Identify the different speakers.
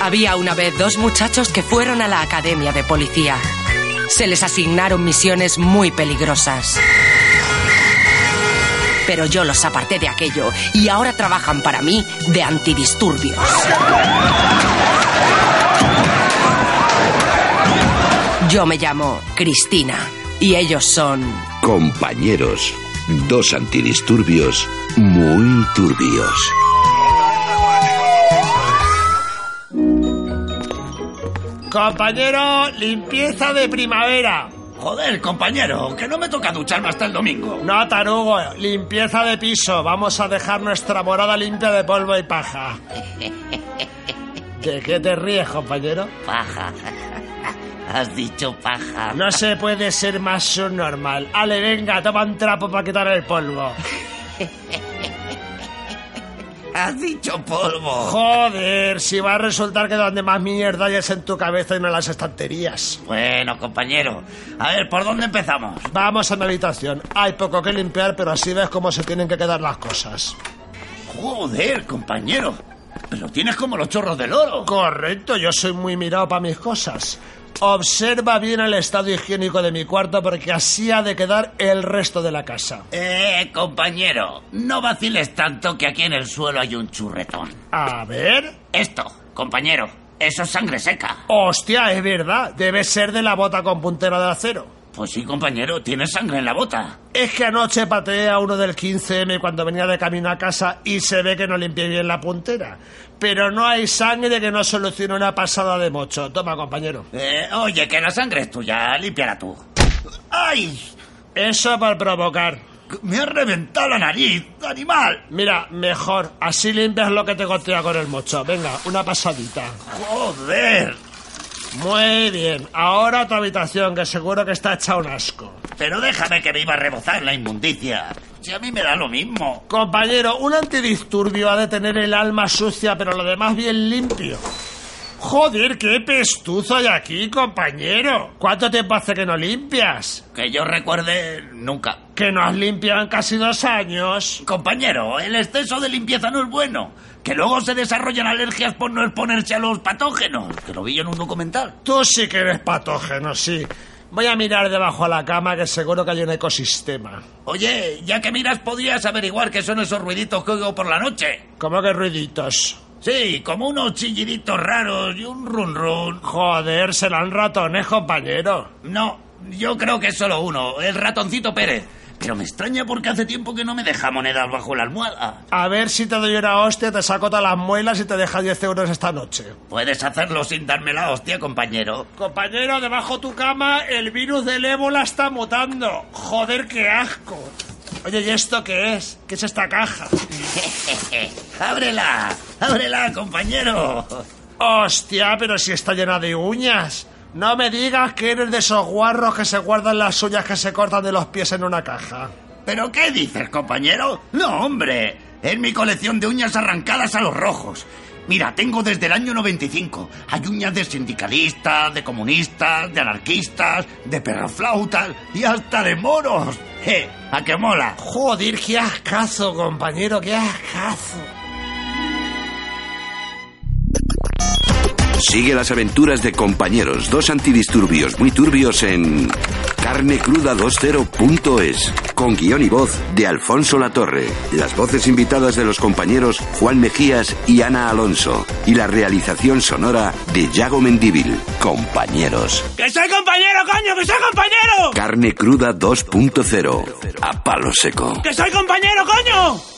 Speaker 1: Había una vez dos muchachos que fueron a la academia de policía. Se les asignaron misiones muy peligrosas. Pero yo los aparté de aquello y ahora trabajan para mí de antidisturbios. Yo me llamo Cristina y ellos son...
Speaker 2: Compañeros, dos antidisturbios muy turbios.
Speaker 3: Compañero, limpieza de primavera.
Speaker 4: Joder, compañero, que no me toca ducharme hasta el domingo.
Speaker 3: No, tarugo, limpieza de piso. Vamos a dejar nuestra morada limpia de polvo y paja. ¿De qué te ríes, compañero?
Speaker 5: Paja. Has dicho paja.
Speaker 3: No se puede ser más subnormal. Ale, venga, toma un trapo para quitar el polvo.
Speaker 5: Has dicho polvo.
Speaker 3: Joder, si va a resultar que donde más mierda hay es en tu cabeza y no en las estanterías.
Speaker 5: Bueno, compañero, a ver, ¿por dónde empezamos?
Speaker 3: Vamos a mi habitación. Hay poco que limpiar, pero así ves cómo se tienen que quedar las cosas.
Speaker 4: Joder, compañero. Pero tienes como los chorros del oro.
Speaker 3: Correcto, yo soy muy mirado para mis cosas. Observa bien el estado higiénico de mi cuarto porque así ha de quedar el resto de la casa.
Speaker 5: Eh, compañero, no vaciles tanto que aquí en el suelo hay un churretón.
Speaker 3: A ver.
Speaker 5: Esto, compañero, eso es sangre seca.
Speaker 3: Hostia, es verdad. Debe ser de la bota con puntera de acero.
Speaker 5: Pues sí, compañero, tienes sangre en la bota.
Speaker 3: Es que anoche pateé a uno del 15M cuando venía de camino a casa y se ve que no limpié bien la puntera. Pero no hay sangre que no solucione una pasada de mocho. Toma, compañero.
Speaker 5: Eh, oye, que la sangre es tuya, límpiala tú.
Speaker 4: ¡Ay!
Speaker 3: Eso para provocar.
Speaker 4: Me ha reventado la nariz, animal.
Speaker 3: Mira, mejor, así limpias lo que te gotea con el mocho. Venga, una pasadita.
Speaker 4: Joder.
Speaker 3: Muy bien, ahora a tu habitación, que seguro que está hecha un asco.
Speaker 4: Pero déjame que me iba a rebozar la inmundicia. Si a mí me da lo mismo.
Speaker 3: Compañero, un antidisturbio ha de tener el alma sucia, pero lo demás bien limpio. Joder, qué pestuzo hay aquí, compañero. ¿Cuánto tiempo hace que no limpias?
Speaker 4: Que yo recuerde nunca.
Speaker 3: Que no has limpiado en casi dos años.
Speaker 4: Compañero, el exceso de limpieza no es bueno. Que luego se desarrollan alergias por no exponerse a los patógenos. Que lo vi yo en un documental.
Speaker 3: Tú sí que eres patógeno, sí. Voy a mirar debajo a la cama, que seguro que hay un ecosistema.
Speaker 4: Oye, ya que miras, podrías averiguar qué son esos ruiditos que oigo por la noche.
Speaker 3: ¿Cómo que ruiditos?
Speaker 4: Sí, como unos chilliditos raros y un run run.
Speaker 3: Joder, serán ratones, compañero.
Speaker 4: No, yo creo que es solo uno, el ratoncito Pérez. Pero me extraña porque hace tiempo que no me deja monedas bajo la almohada.
Speaker 3: A ver si te doy una hostia, te saco todas las muelas y te deja 10 euros esta noche.
Speaker 4: Puedes hacerlo sin darme la hostia, compañero.
Speaker 3: Compañero, debajo tu cama el virus del ébola está mutando. Joder, qué asco. Oye, ¿y esto qué es? ¿Qué es esta caja?
Speaker 4: ¡Ábrela! ¡Ábrela, compañero!
Speaker 3: Hostia, pero si está llena de uñas. No me digas que eres de esos guarros que se guardan las uñas que se cortan de los pies en una caja.
Speaker 4: ¿Pero qué dices, compañero? No, hombre. Es mi colección de uñas arrancadas a los rojos. Mira, tengo desde el año 95. Hay uñas de sindicalistas, de comunistas, de anarquistas, de perroflautas y hasta de moros. ¡Eh! ¡A que mola!
Speaker 3: Joder, qué ascazo, compañero, qué ascazo.
Speaker 2: Sigue las aventuras de compañeros, dos antidisturbios muy turbios en carnecruda20.es, con guión y voz de Alfonso Latorre. Las voces invitadas de los compañeros Juan Mejías y Ana Alonso. Y la realización sonora de Yago Mendíbil. Compañeros.
Speaker 6: ¡Que soy compañero, coño! ¡Que soy compañero!
Speaker 2: Carne Cruda 2.0. A palo seco.
Speaker 6: ¡Que soy compañero, coño!